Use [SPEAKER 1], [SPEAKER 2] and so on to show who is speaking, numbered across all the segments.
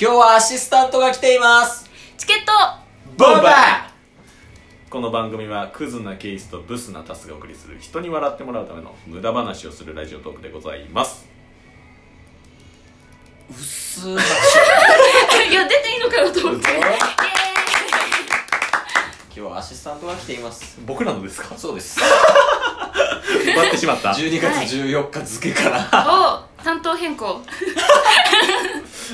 [SPEAKER 1] 今日はアシスタントが来ています
[SPEAKER 2] チケット
[SPEAKER 1] ボンバー
[SPEAKER 3] この番組はクズなケースとブスなタスがお送りする人に笑ってもらうための無駄話をするラジオトークでございます
[SPEAKER 1] うっすー
[SPEAKER 2] いや、出ていいのかなと思って。イエーイ
[SPEAKER 1] 今日はアシスタントが来ています
[SPEAKER 3] 僕らのです か
[SPEAKER 1] そうです
[SPEAKER 3] 奪ってしまった
[SPEAKER 1] 12月14日付から、
[SPEAKER 2] お担当変更。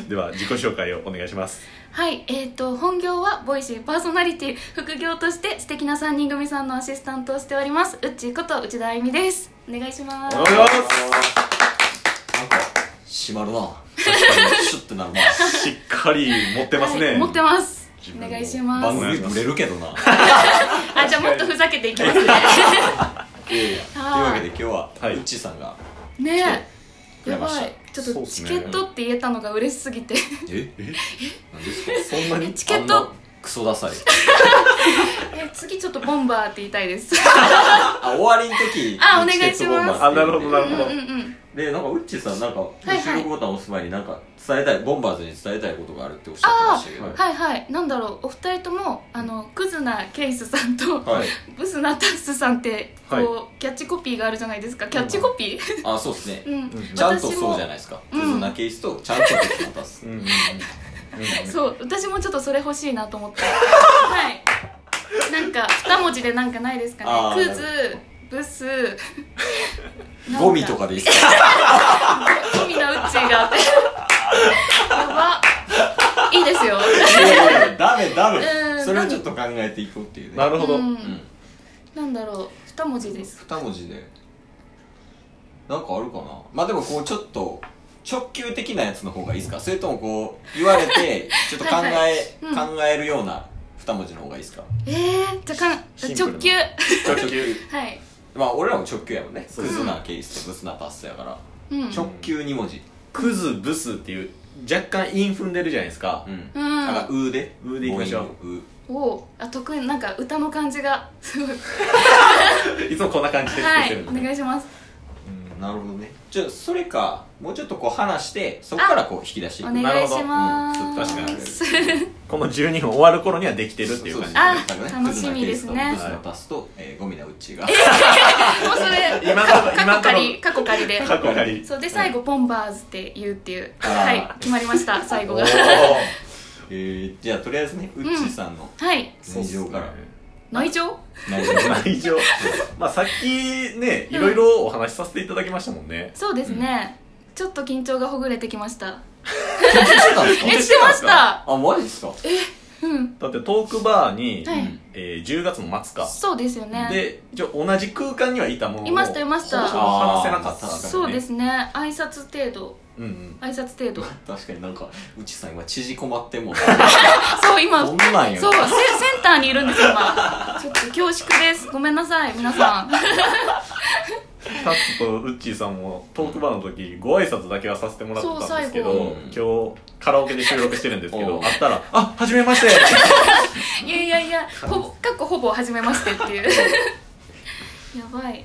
[SPEAKER 3] では自己紹介をお願いします
[SPEAKER 2] はい、えっ、と、本業はボイシーパーソナリティ、副業として素敵な3人組さんのアシスタントをしております、うっちーこと内田あゆみです。お願いします。
[SPEAKER 3] お願いします
[SPEAKER 1] なんか閉まるなシュッてなるな
[SPEAKER 3] しっかり持ってますね、
[SPEAKER 2] はい持ってます
[SPEAKER 3] 自。
[SPEAKER 2] お
[SPEAKER 3] 分の
[SPEAKER 2] 願いし
[SPEAKER 1] 番
[SPEAKER 2] ます。
[SPEAKER 1] 組ブレるけどな
[SPEAKER 2] あ、じゃあもっとふざけていきますね。
[SPEAKER 1] いやいやというわけで今日は、
[SPEAKER 3] はいう
[SPEAKER 1] っちーさんが
[SPEAKER 2] ね
[SPEAKER 1] く
[SPEAKER 2] え。
[SPEAKER 1] れ
[SPEAKER 2] や
[SPEAKER 1] ま
[SPEAKER 2] ば
[SPEAKER 1] した
[SPEAKER 2] い。ちょっ
[SPEAKER 3] そう
[SPEAKER 2] と
[SPEAKER 3] っす
[SPEAKER 2] チ
[SPEAKER 3] ね
[SPEAKER 2] ケットって言えたのが嬉しすぎ て。
[SPEAKER 1] ええ何ですか
[SPEAKER 3] そんなに
[SPEAKER 2] チケッ
[SPEAKER 1] あん
[SPEAKER 2] ト
[SPEAKER 1] な、クソダサい
[SPEAKER 2] え、次ちょっとボンバーって言いたいです。
[SPEAKER 1] あ終わりの時
[SPEAKER 2] あお願いします
[SPEAKER 3] あなるほどなる
[SPEAKER 2] うん
[SPEAKER 3] ほ
[SPEAKER 2] う
[SPEAKER 3] ど
[SPEAKER 2] んうん。
[SPEAKER 1] でなんかウッチーさんなんか
[SPEAKER 2] いはい
[SPEAKER 1] 収録ボタン押す前になんか伝えたいボンバーズに伝えたいことがあるっておっしゃってましたけど
[SPEAKER 3] あ
[SPEAKER 2] はいはい、なんだろう、お二人とも、あの、クズなケイスさんと、
[SPEAKER 1] はい、
[SPEAKER 2] ブスなタッスさんって、こう、
[SPEAKER 3] は
[SPEAKER 2] キャッチコピーがあるじゃないですか。キャッチコピー、
[SPEAKER 1] あそうですね
[SPEAKER 2] うん、
[SPEAKER 3] ん
[SPEAKER 1] ちゃんとそうじゃないで
[SPEAKER 2] い
[SPEAKER 1] すか
[SPEAKER 2] うん
[SPEAKER 1] クズなケースとちゃんと別に渡す
[SPEAKER 3] うんうんうん
[SPEAKER 2] そう、私もちょっとそれ欲しいな と思って。はい。なんか、二文字でなんかないです
[SPEAKER 1] あ
[SPEAKER 2] か
[SPEAKER 1] ー
[SPEAKER 2] ね。クズ、ブス、なん
[SPEAKER 1] ゴミと。かでいいっすか
[SPEAKER 2] ゴミなうっちーがって。やば。いいですよ。
[SPEAKER 1] いやいやダメダメ
[SPEAKER 2] うん
[SPEAKER 1] それをちょっと考えていこうっていうね
[SPEAKER 3] なるほど、
[SPEAKER 2] うん
[SPEAKER 1] うん、
[SPEAKER 2] なんだろう、二文字です。
[SPEAKER 1] 二文字でなんかあるかなまあでもこうちょっと直球的なやつの方がいいですかそれともこう言われ てちょっと考え
[SPEAKER 2] はいは
[SPEAKER 1] 考えるような二文字の方がいいですか
[SPEAKER 2] えー、じゃあかん
[SPEAKER 3] シンプルな
[SPEAKER 2] 直球。
[SPEAKER 3] 直球
[SPEAKER 2] はい。
[SPEAKER 1] まあ俺らも直球やもんね
[SPEAKER 3] そ
[SPEAKER 1] ク
[SPEAKER 3] う
[SPEAKER 1] ズなケースとブスなパスやから
[SPEAKER 2] うん。うん。
[SPEAKER 1] 直球二文字
[SPEAKER 3] クズブスっていう若干韻踏んでるじゃないですか、
[SPEAKER 1] うんだから「うーで」
[SPEAKER 3] うーでいきましょう
[SPEAKER 1] 母音のう
[SPEAKER 2] おうあ得意なんか歌の感じがすごい
[SPEAKER 3] いつもこんな感じで作
[SPEAKER 2] は
[SPEAKER 3] って
[SPEAKER 2] い
[SPEAKER 3] る
[SPEAKER 2] お
[SPEAKER 3] んで、
[SPEAKER 2] 願いします
[SPEAKER 1] なるほどねじゃあそれかもうちょっとこう話してそこからこう引き出して
[SPEAKER 2] お
[SPEAKER 1] いく
[SPEAKER 2] 願
[SPEAKER 3] なる
[SPEAKER 2] い
[SPEAKER 3] ほど
[SPEAKER 2] しま
[SPEAKER 1] うん
[SPEAKER 2] す、
[SPEAKER 3] 確かに
[SPEAKER 2] に
[SPEAKER 3] この12分終わる頃にはできてるっていう感じ
[SPEAKER 2] あ楽しみですね
[SPEAKER 1] クズなパスと、えーゴミなうちが
[SPEAKER 2] もうそれ
[SPEAKER 3] 今の
[SPEAKER 2] 過去
[SPEAKER 3] 今
[SPEAKER 2] 過
[SPEAKER 3] の
[SPEAKER 2] 去仮過去仮で
[SPEAKER 3] 過去仮
[SPEAKER 2] そうで最後ボンバーズって言うっていう
[SPEAKER 1] あー
[SPEAKER 2] はい決まりました最後
[SPEAKER 3] お
[SPEAKER 2] が
[SPEAKER 3] ー
[SPEAKER 1] えー、じゃあとりあえずねウッチーさんの
[SPEAKER 2] はい
[SPEAKER 1] 内情から、
[SPEAKER 2] 内情
[SPEAKER 1] 内容から
[SPEAKER 3] 内情まあさっきねいろいろお話しさせていただきましたもんね、
[SPEAKER 2] そうですね、ちょっと緊張がほぐれてきました
[SPEAKER 1] 緊張してたんですか
[SPEAKER 2] えしてました
[SPEAKER 1] あマジですか
[SPEAKER 2] うん
[SPEAKER 3] だってトークバーに、
[SPEAKER 2] はい
[SPEAKER 1] うん
[SPEAKER 3] えー10月の末か
[SPEAKER 2] そうですよね
[SPEAKER 3] で一応同じ空間にはいたものの
[SPEAKER 2] いましたいました
[SPEAKER 3] ほぼ話せなかった、
[SPEAKER 1] あー
[SPEAKER 2] そうですすね挨拶程度
[SPEAKER 3] うんうん、
[SPEAKER 2] 挨拶程度
[SPEAKER 1] 確かになんかうちさん今縮こまってんもんね
[SPEAKER 2] そう今
[SPEAKER 1] そんなんや
[SPEAKER 2] そうセセンターにいるんですよ今ちょっと恐縮ですごめんなさい皆さん
[SPEAKER 3] タッツとウッチーさんもトークバーの時ご挨拶だけはさせてもらってたんですけ
[SPEAKER 1] そ
[SPEAKER 3] ど
[SPEAKER 1] う最
[SPEAKER 3] 今日カラオケで収録してるんですけ
[SPEAKER 1] お
[SPEAKER 3] ど
[SPEAKER 1] う
[SPEAKER 3] あったら「あはじめまして!」
[SPEAKER 2] いやいやいやほぼかっこほぼ初めましてっていうやばい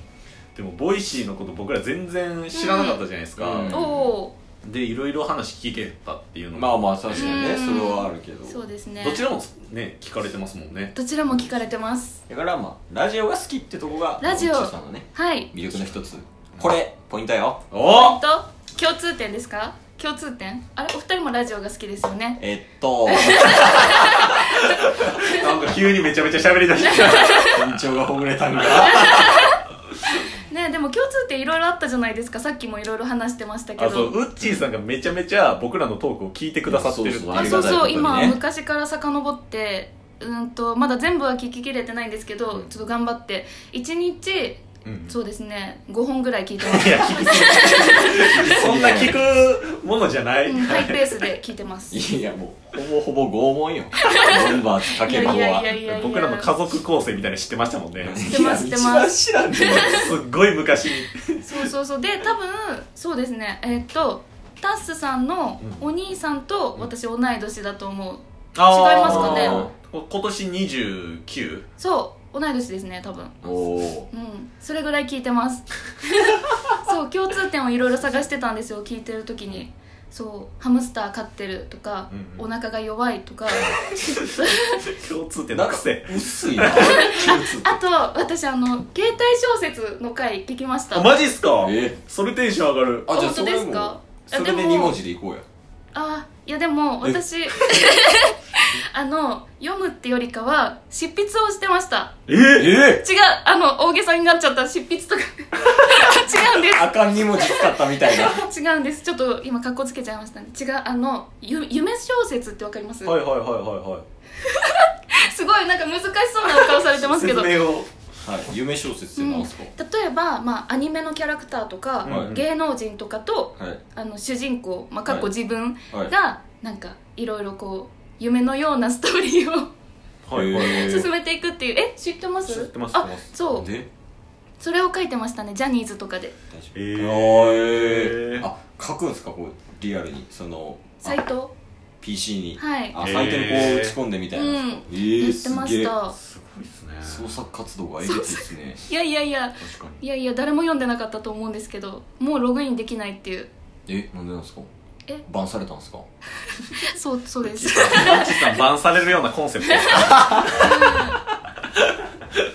[SPEAKER 3] でもボイシーのこと僕ら全然知らなかったじゃないですか、
[SPEAKER 1] うん
[SPEAKER 2] おお
[SPEAKER 3] でいろいろ話聞けたっていうのも、
[SPEAKER 1] まあまあ確かにね
[SPEAKER 2] うん
[SPEAKER 1] それはあるけど
[SPEAKER 2] ーそうですね
[SPEAKER 3] どちらもね聞かれてますもんね
[SPEAKER 2] どちらも聞かれてます
[SPEAKER 1] だからまあラジオが好きってとこが
[SPEAKER 2] ラジオ
[SPEAKER 1] うちさんのね
[SPEAKER 2] はい
[SPEAKER 1] 魅力の一つこれポイントよ
[SPEAKER 3] お
[SPEAKER 2] と共通点ですか共通点あれお二人もラジオが好きですよね
[SPEAKER 1] えっ と
[SPEAKER 3] なんか急にめちゃめちゃ喋りだした
[SPEAKER 1] 緊張がほぐれたんか
[SPEAKER 2] ねでも共通点いろいろあったじゃないですかさっきもいろいろ話してました け
[SPEAKER 3] あそう
[SPEAKER 2] ど
[SPEAKER 3] ウッチーさんがめちゃめちゃ僕らのトークを聞いてくださってる
[SPEAKER 1] そうそう
[SPEAKER 2] あ
[SPEAKER 1] あ
[SPEAKER 2] そうそう、
[SPEAKER 1] りがたいことにね
[SPEAKER 2] 今昔から遡ってうんとまだ全部は聞ききれてないんですけど、ちょっと頑張って1日
[SPEAKER 3] うん
[SPEAKER 2] そうですね5本ぐらい聞いてま す
[SPEAKER 3] いや聞きすぎそんな聞くものじゃない、
[SPEAKER 2] うんハイペースで聞いてますい
[SPEAKER 1] いやもうほぼほぼ拷問 よボンバーズかけ
[SPEAKER 2] や
[SPEAKER 1] る
[SPEAKER 2] い
[SPEAKER 1] 方は
[SPEAKER 2] やいやいやいや
[SPEAKER 3] 僕らの家族構成みたいなの知ってましたもんね
[SPEAKER 2] 知ってます
[SPEAKER 1] い
[SPEAKER 2] 知
[SPEAKER 1] や
[SPEAKER 2] って
[SPEAKER 1] 一
[SPEAKER 2] ま
[SPEAKER 1] 番
[SPEAKER 2] す
[SPEAKER 1] 知らんね
[SPEAKER 3] すっごい昔に
[SPEAKER 2] そうそうそうで多分そうですねえーっとタッスさんのお兄さんと私同い年だと思うー違いますかね
[SPEAKER 3] こ今年 29?
[SPEAKER 2] そう同い年ですね多分
[SPEAKER 1] おお
[SPEAKER 2] うんそれぐら い聞いてますそう共通点をいろいろ探してたんですよ聞いてる時にそうハムスター飼ってるとか、
[SPEAKER 3] うん
[SPEAKER 2] お腹が弱いとか
[SPEAKER 3] 共通点
[SPEAKER 1] な
[SPEAKER 3] の
[SPEAKER 1] んか
[SPEAKER 3] 癖
[SPEAKER 1] 薄いな共通点
[SPEAKER 2] あと私あの携帯小説の回聞きました
[SPEAKER 3] あマジっすか
[SPEAKER 1] え
[SPEAKER 3] それテンション上がる
[SPEAKER 1] あじゃあ
[SPEAKER 2] 本当
[SPEAKER 1] それ
[SPEAKER 2] で
[SPEAKER 1] も
[SPEAKER 2] すか
[SPEAKER 1] それ
[SPEAKER 2] あ
[SPEAKER 1] で
[SPEAKER 2] も
[SPEAKER 1] 2文字でいこうや
[SPEAKER 2] あいやでも
[SPEAKER 1] え
[SPEAKER 2] 私 あの読むってよりかは執筆をしてました
[SPEAKER 3] え
[SPEAKER 1] え
[SPEAKER 2] 違うあの大げさになっちゃった執筆とか 違うんで
[SPEAKER 1] あかん2文字使ったみたいな
[SPEAKER 2] す違うんですちょっと今かっこつけちゃいましたね違うあのゆ夢小説ってわかります、
[SPEAKER 3] はいはいはいはいはい
[SPEAKER 2] すごいなんか難しそうなお顔されてます けど例
[SPEAKER 3] 説明を
[SPEAKER 1] はい夢小説って何すか、
[SPEAKER 2] えば、まあ、アニメのキャラクターとか、
[SPEAKER 1] はい
[SPEAKER 2] 芸能人とかと
[SPEAKER 1] はい
[SPEAKER 2] あの主人公、まあ、かっこ自分
[SPEAKER 1] はい
[SPEAKER 2] がなんかいろいろこう夢のようなストーリーを
[SPEAKER 3] はいはい
[SPEAKER 1] へー
[SPEAKER 2] 進めていくっていうえ知ってます
[SPEAKER 3] 知ってます知っ
[SPEAKER 2] あ
[SPEAKER 3] てます
[SPEAKER 2] そう
[SPEAKER 1] で
[SPEAKER 2] それを書いてましたねジャニーズとかで
[SPEAKER 1] 大丈夫
[SPEAKER 3] えー
[SPEAKER 1] あーえー
[SPEAKER 3] えー
[SPEAKER 1] あ書くんですかこうリアルにそのあ
[SPEAKER 2] サイト
[SPEAKER 1] PC に、
[SPEAKER 2] はい
[SPEAKER 1] あ
[SPEAKER 3] へー
[SPEAKER 1] サイトにこう打ち込んでみたいな
[SPEAKER 2] うん
[SPEAKER 1] えー、
[SPEAKER 2] 言ってますし
[SPEAKER 1] げえ
[SPEAKER 2] た
[SPEAKER 3] すごいです
[SPEAKER 1] 創
[SPEAKER 3] ね
[SPEAKER 1] 作活動がえげつですね
[SPEAKER 2] いやいやいや
[SPEAKER 3] 確かに
[SPEAKER 2] いやいや誰も読んでなかったと思うんですけどもうログインできないっていう
[SPEAKER 1] えなんでなんですか
[SPEAKER 2] え
[SPEAKER 1] バンされたんですか
[SPEAKER 2] そうそうです
[SPEAKER 3] マジさんバンされるようなコンセプトですか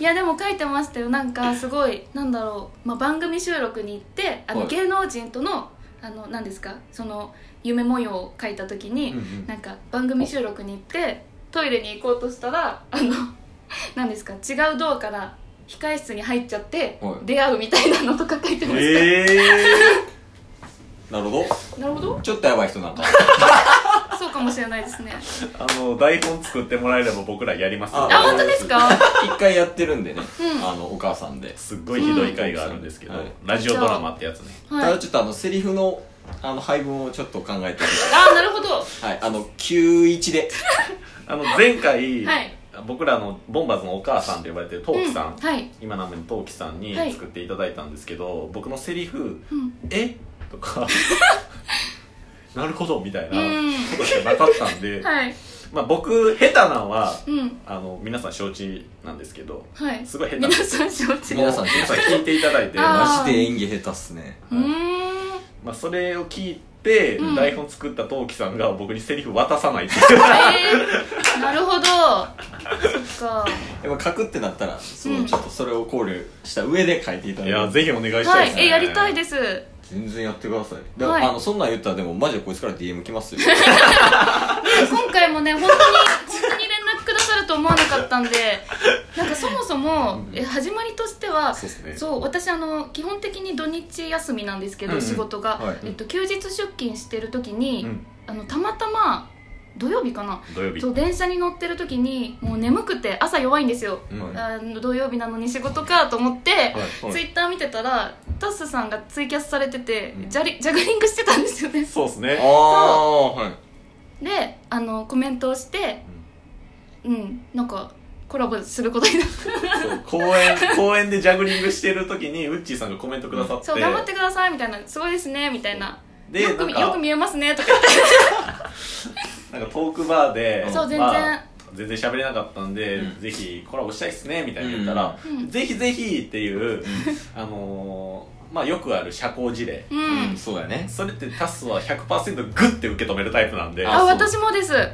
[SPEAKER 2] いやでも書いてましたよなんかすごいなんだろう、まあ、番組収録に行ってあ
[SPEAKER 1] は
[SPEAKER 2] の
[SPEAKER 1] い
[SPEAKER 2] 芸能人とのあの何ですかその夢模様を書いた時に、
[SPEAKER 3] うんうん
[SPEAKER 2] なんか番組収録に行ってトイレに行こうとしたらあの何ですか違うドアから控え室に入っちゃって、
[SPEAKER 1] はい
[SPEAKER 2] 出会うみたいなのとか書いてました、
[SPEAKER 3] え
[SPEAKER 1] なるほ
[SPEAKER 2] なるほど
[SPEAKER 1] どちょっとやばい人なんだ
[SPEAKER 2] そうかもしれないですね
[SPEAKER 3] えあの台本作ってもらえれば僕らやります
[SPEAKER 2] あ本当ですか
[SPEAKER 1] 一回やってるんでね、
[SPEAKER 2] うん
[SPEAKER 1] あのお母さんで、
[SPEAKER 3] すっごいひどい回があるんですけど、
[SPEAKER 1] うんはい
[SPEAKER 3] ラジオドラマってやつね
[SPEAKER 1] た
[SPEAKER 2] は
[SPEAKER 1] だ
[SPEAKER 2] い
[SPEAKER 1] ちょっとあのセリフのあの配分をちょっと考えて
[SPEAKER 2] ああなるほど
[SPEAKER 1] はいあの91で
[SPEAKER 3] あの前回、
[SPEAKER 2] はい
[SPEAKER 3] 僕らのボンバーズのお母さんと呼ばれてるトーキさん、
[SPEAKER 2] うんはい、
[SPEAKER 3] 今名前のトーキさんに
[SPEAKER 2] はい
[SPEAKER 3] 作っていただいたんですけど、僕のセリフ
[SPEAKER 2] うん、
[SPEAKER 3] 「えとか「なるほど」みたいな
[SPEAKER 2] うん
[SPEAKER 3] ことしかなかったんで、
[SPEAKER 2] はい
[SPEAKER 3] まあ、僕下手なのは
[SPEAKER 2] うん
[SPEAKER 3] あの皆さん承知なんですけど
[SPEAKER 2] はい
[SPEAKER 3] すごい下手な
[SPEAKER 2] 皆さん承知
[SPEAKER 1] 皆さん
[SPEAKER 3] 皆さん聞いていただいて
[SPEAKER 2] あー
[SPEAKER 1] マジで演技下手っすね
[SPEAKER 2] うーん
[SPEAKER 3] まあ、それを聞いて、
[SPEAKER 2] うん
[SPEAKER 3] 台本作ったトウキさんが僕にセリフ渡さないっていう
[SPEAKER 2] えー、なるほどそっか
[SPEAKER 1] やっぱ書くってなったらそうの
[SPEAKER 2] ん
[SPEAKER 1] ちょっとそれを考慮した上で書いていた
[SPEAKER 3] いや
[SPEAKER 1] だいて
[SPEAKER 3] ぜひお願いした
[SPEAKER 2] はい
[SPEAKER 3] で
[SPEAKER 2] い
[SPEAKER 3] すね、
[SPEAKER 2] えやりたいです
[SPEAKER 1] 全然やってくださいだから、
[SPEAKER 2] はい
[SPEAKER 1] あのそんなん言ったらでもマジでこいつから DM 来ますよ
[SPEAKER 2] 今回もね本当に本当に連絡くださると思わなかったんでなんかそもそもえ始まりとしては
[SPEAKER 3] そうですね
[SPEAKER 2] そう私あの基本的に土日休みなんですけど、
[SPEAKER 3] うんうん
[SPEAKER 2] 仕事が、
[SPEAKER 1] はい
[SPEAKER 2] えっと、休日出勤してる時に、
[SPEAKER 3] うん
[SPEAKER 2] あのたまたま土曜日かな
[SPEAKER 3] 土曜日
[SPEAKER 2] そう電車に乗ってる時にもう眠くて朝弱いんですよ、
[SPEAKER 1] うんはい
[SPEAKER 2] あの土曜日なのに仕事かと思って、
[SPEAKER 1] はい
[SPEAKER 2] ツイッター見てたらタッスさんがツイキャスされてて、
[SPEAKER 1] うん
[SPEAKER 2] ジャリジャグリングしてたんですよ ね
[SPEAKER 3] そうです
[SPEAKER 1] あ
[SPEAKER 3] ね
[SPEAKER 1] あはい
[SPEAKER 2] であのコメントをしてうんなんかコラボすることになって
[SPEAKER 3] そう公園公園でジャグリングしてる時にウッチーさんがコメントくださって
[SPEAKER 2] そう頑張ってくださいみたいなすごいですねみたいな
[SPEAKER 3] で
[SPEAKER 2] よく
[SPEAKER 3] なん
[SPEAKER 2] み
[SPEAKER 3] か
[SPEAKER 2] よく見えますねとか言って
[SPEAKER 3] なんかトークバーで
[SPEAKER 2] そう全然
[SPEAKER 3] まあ全然喋れなかったんで、
[SPEAKER 1] うん
[SPEAKER 3] ぜひコラボしたいっすねみたいに言ったら、
[SPEAKER 2] うんうん
[SPEAKER 3] ぜひぜひっていう、あのーまあよくある社交辞令
[SPEAKER 2] うん、
[SPEAKER 1] うん、そうやね
[SPEAKER 3] それってタスは100%グッて受け止めるタイプなんで
[SPEAKER 1] あ
[SPEAKER 2] あ
[SPEAKER 1] そう
[SPEAKER 2] 私もですは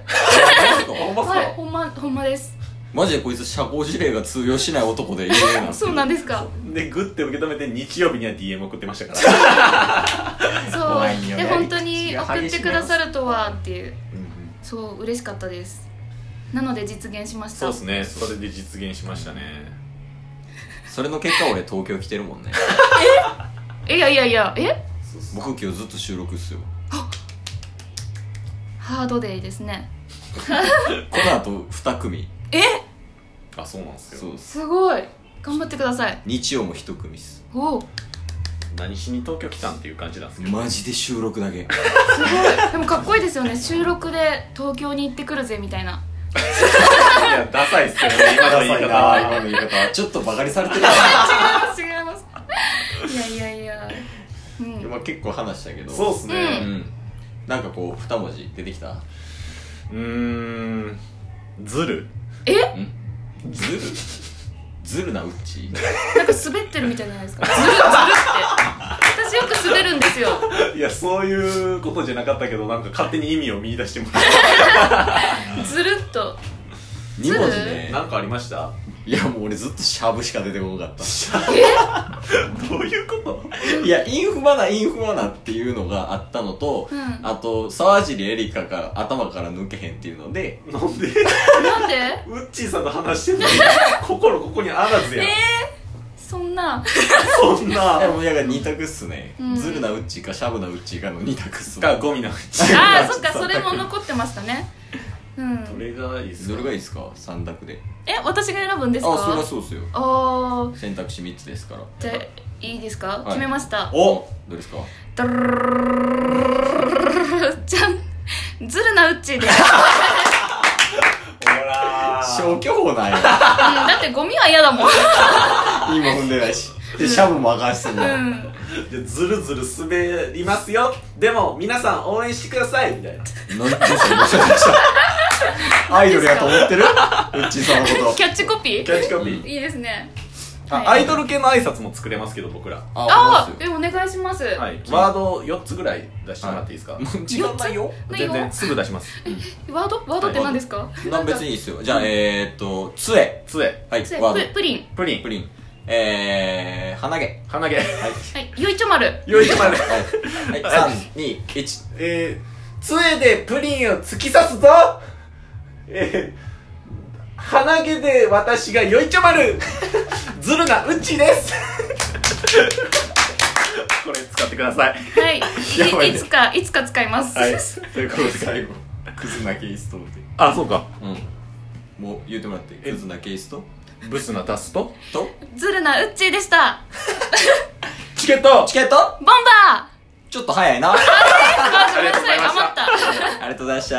[SPEAKER 3] ほんまっすか、
[SPEAKER 2] いほんまほんまです
[SPEAKER 1] マジでこいつ社交辞令が通用しない男で有名なんですけ
[SPEAKER 2] そ
[SPEAKER 1] ど
[SPEAKER 2] うなんですか
[SPEAKER 3] でグッて受け止めて日曜日には DM 送ってましたから
[SPEAKER 2] そう
[SPEAKER 1] 怖いよね
[SPEAKER 2] で本当に送ってくださるとはっていう
[SPEAKER 3] うんうん
[SPEAKER 2] そう嬉しかったですなので実現しました
[SPEAKER 3] そうですねそれで実現しましたね
[SPEAKER 1] それの結果俺東京来てる もんね
[SPEAKER 2] えいやいやいやえ
[SPEAKER 1] 僕今日ずっと収録っすよ
[SPEAKER 2] ハードデイですね
[SPEAKER 1] この後2組
[SPEAKER 2] え
[SPEAKER 3] あそうなんです
[SPEAKER 1] そ
[SPEAKER 3] よ
[SPEAKER 1] うっす
[SPEAKER 2] すごい頑張ってください
[SPEAKER 1] 日曜も1組っす
[SPEAKER 2] おおす
[SPEAKER 3] 何しに東京来たんっていう感じなんですけど
[SPEAKER 1] マジで収録だけ
[SPEAKER 2] ごいでもかっこいいですよね収録で東京に行ってくるぜみたいない
[SPEAKER 3] やダサいっすけどね今の言い
[SPEAKER 1] ダサい
[SPEAKER 3] 方
[SPEAKER 1] な
[SPEAKER 3] は
[SPEAKER 1] 今の言い方ちょっとバカにされてる
[SPEAKER 2] 違います違いますいやいやいやうん
[SPEAKER 1] 今結構話したけど
[SPEAKER 3] そうっす
[SPEAKER 1] う
[SPEAKER 3] ね
[SPEAKER 1] んなんかこう2文字出てきた
[SPEAKER 3] うーんずる
[SPEAKER 2] え
[SPEAKER 1] ずるずるなうっち
[SPEAKER 2] なんか滑ってるみたいじゃないですかずるずるって私よく滑るんですよ
[SPEAKER 3] いやそういうことじゃなかったけどなんか勝手に意味を見出してもらっ
[SPEAKER 2] ずるっと
[SPEAKER 1] 2文字
[SPEAKER 3] て
[SPEAKER 1] ね
[SPEAKER 3] なんかありました
[SPEAKER 1] いやもう俺ずっとシャブしか出てこなかった
[SPEAKER 3] どういうこと
[SPEAKER 1] いや、インフマナ、インフマナっていうのがあったのと、
[SPEAKER 2] うん
[SPEAKER 1] あと、沢尻エリカが頭から抜けへんっていうので、
[SPEAKER 3] なんで
[SPEAKER 2] なんで
[SPEAKER 3] ウッチーさんと話して んのに心ここにあらず
[SPEAKER 2] え
[SPEAKER 3] やん
[SPEAKER 2] ー、そん な
[SPEAKER 3] そん
[SPEAKER 1] いや
[SPEAKER 3] な
[SPEAKER 1] もうやが2択っすね。
[SPEAKER 2] うん
[SPEAKER 1] ズルなウッチーかシャブなウッチーかの2択っす
[SPEAKER 3] が
[SPEAKER 1] わ。
[SPEAKER 3] ゴミなウッチー
[SPEAKER 2] ああそっかそれも残ってましたねうん
[SPEAKER 3] どれがいいっす
[SPEAKER 1] ど
[SPEAKER 3] か
[SPEAKER 1] れがいいですか ?3 択で。
[SPEAKER 2] え私が選ぶんで
[SPEAKER 1] あ、
[SPEAKER 2] すか
[SPEAKER 1] それはそうっすよ。
[SPEAKER 2] あー
[SPEAKER 1] 選択肢3つですから。
[SPEAKER 2] じゃあいいですか、
[SPEAKER 1] い
[SPEAKER 2] 決めました
[SPEAKER 1] おどれですか
[SPEAKER 2] ドルルルルルルじゃんずるなうっちーです、
[SPEAKER 3] ほらー
[SPEAKER 1] 消去法なんや。
[SPEAKER 2] うん、だってゴミは嫌だもん
[SPEAKER 1] 今踏んでないし。で、シャブもあかんしん
[SPEAKER 2] う
[SPEAKER 1] だ。
[SPEAKER 2] ん
[SPEAKER 3] じゃあずるずる滑りますよでも皆さん応援してくださいみたい
[SPEAKER 1] な
[SPEAKER 3] な
[SPEAKER 1] んどうしたどうしたどうしたアイドルやと思ってるウッチーさんのこ
[SPEAKER 2] キ
[SPEAKER 1] と。
[SPEAKER 2] ャッチコピ
[SPEAKER 3] キ
[SPEAKER 2] ー
[SPEAKER 3] ャッチコピー、
[SPEAKER 2] いいですね
[SPEAKER 3] あアイドル系の挨拶も作れますけど僕ら、
[SPEAKER 2] あ
[SPEAKER 1] そうっ
[SPEAKER 2] あえお願いします、
[SPEAKER 3] はい、ワード4つぐらい出してもらっていいですか、
[SPEAKER 1] すよもう時間ないよ。
[SPEAKER 2] ない
[SPEAKER 3] 全
[SPEAKER 2] よ
[SPEAKER 3] 然すぐ出します
[SPEAKER 2] ワードワードって何ですか
[SPEAKER 1] な別にいいっすよ。じゃあ、えーっと、杖。
[SPEAKER 3] 杖
[SPEAKER 1] はい、
[SPEAKER 2] つえ
[SPEAKER 1] ワー
[SPEAKER 2] ププリン
[SPEAKER 3] プリ
[SPEAKER 1] ド。
[SPEAKER 3] ン
[SPEAKER 1] プリン。えー、鼻毛。はい。
[SPEAKER 3] 鼻毛
[SPEAKER 2] はいよいちょ丸
[SPEAKER 3] よいしょまで
[SPEAKER 1] はい。はい、3、2、1。
[SPEAKER 3] えー、杖でプリンを突き刺すぞえー、鼻毛で私がよいちょ 丸ずるなうっちーですこれ使ってください
[SPEAKER 2] はい
[SPEAKER 1] やばい
[SPEAKER 2] い
[SPEAKER 1] ね
[SPEAKER 2] いつかいつか使います、
[SPEAKER 3] はいということで
[SPEAKER 1] 最後。クズなケイストって。
[SPEAKER 3] あそうか
[SPEAKER 1] うん。もう言うてもらって。
[SPEAKER 3] え
[SPEAKER 1] クズなケイスト
[SPEAKER 3] ブスなタスと
[SPEAKER 1] と、
[SPEAKER 2] ずるなうっちーでした
[SPEAKER 3] チケット
[SPEAKER 1] チケット
[SPEAKER 2] ボンバー
[SPEAKER 1] ちょっと早いな。あ
[SPEAKER 2] あごめんなさい
[SPEAKER 3] ありがとうございました
[SPEAKER 2] 余った
[SPEAKER 1] りがとうございました。